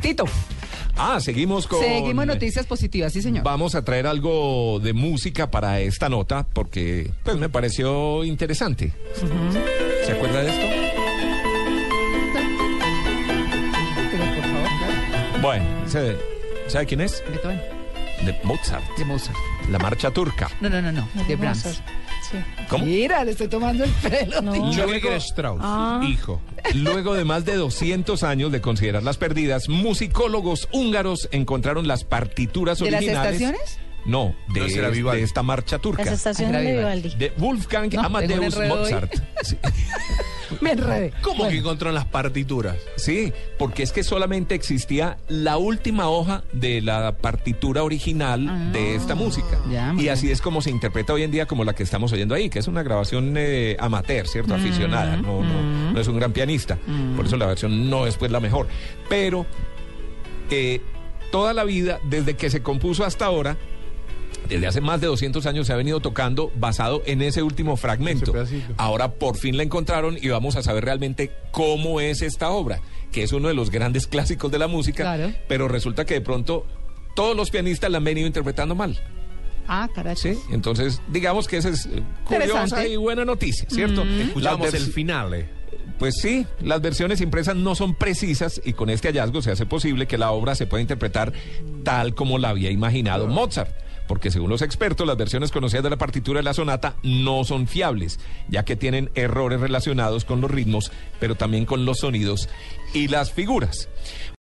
Tito. Ah, seguimos con. Seguimos en noticias positivas, sí, señor. Vamos a traer algo de música para esta nota porque pues me pareció interesante. ¿Se acuerda de esto? Pero por favor, claro. Bueno, ¿se- ¿sabe quién es? Beethoven, De Mozart, de Mozart. la marcha turca. No, no, no, no, de Brahms. Sí. ¿Cómo? Mira, le estoy tomando el pelo. No. Tito. Yo que era Strauss, Ah. hijo. Luego de más de 200 años de considerar las perdidas, musicólogos húngaros encontraron las partituras ¿De las originales. estaciones? No, de, No, será Vivaldi. de esta marcha turca. Las Ah, estaciones de Vivaldi. Vivaldi. De Wolfgang No, tengo un Amadeus enredo hoy. Mozart. Sí. Me enredé. ¿Cómo que encontró en las partituras? Sí, porque es que solamente existía la última hoja de la partitura original de esta música. Ah. ya, muy y bien. así es como se interpreta hoy en día como la que estamos oyendo ahí, que es una grabación eh, amateur, ¿cierto? Mm-hmm. Aficionada, no, no, no es un gran pianista. Por eso la versión no es pues la mejor. Pero eh, toda la vida, desde que se compuso hasta ahora, desde hace más de 200 años se ha venido tocando basado en ese último fragmento. Ese pedacito. Ahora por fin la encontraron y vamos a saber realmente cómo es esta obra, que es uno de los grandes clásicos de la música, Claro. pero resulta que de pronto todos los pianistas la han venido interpretando mal. Ah, carajo. ¿sí? Entonces, digamos que esa es eh, curiosa Interesante. y buena noticia, ¿cierto? Escuchamos Las vers- el finale. pues sí, las versiones impresas no son precisas y con este hallazgo se hace posible que la obra se pueda interpretar tal como la había imaginado Mozart. Porque según los expertos, las versiones conocidas de la partitura de la sonata no son fiables, ya que tienen errores relacionados con los ritmos, pero también con los sonidos y las figuras.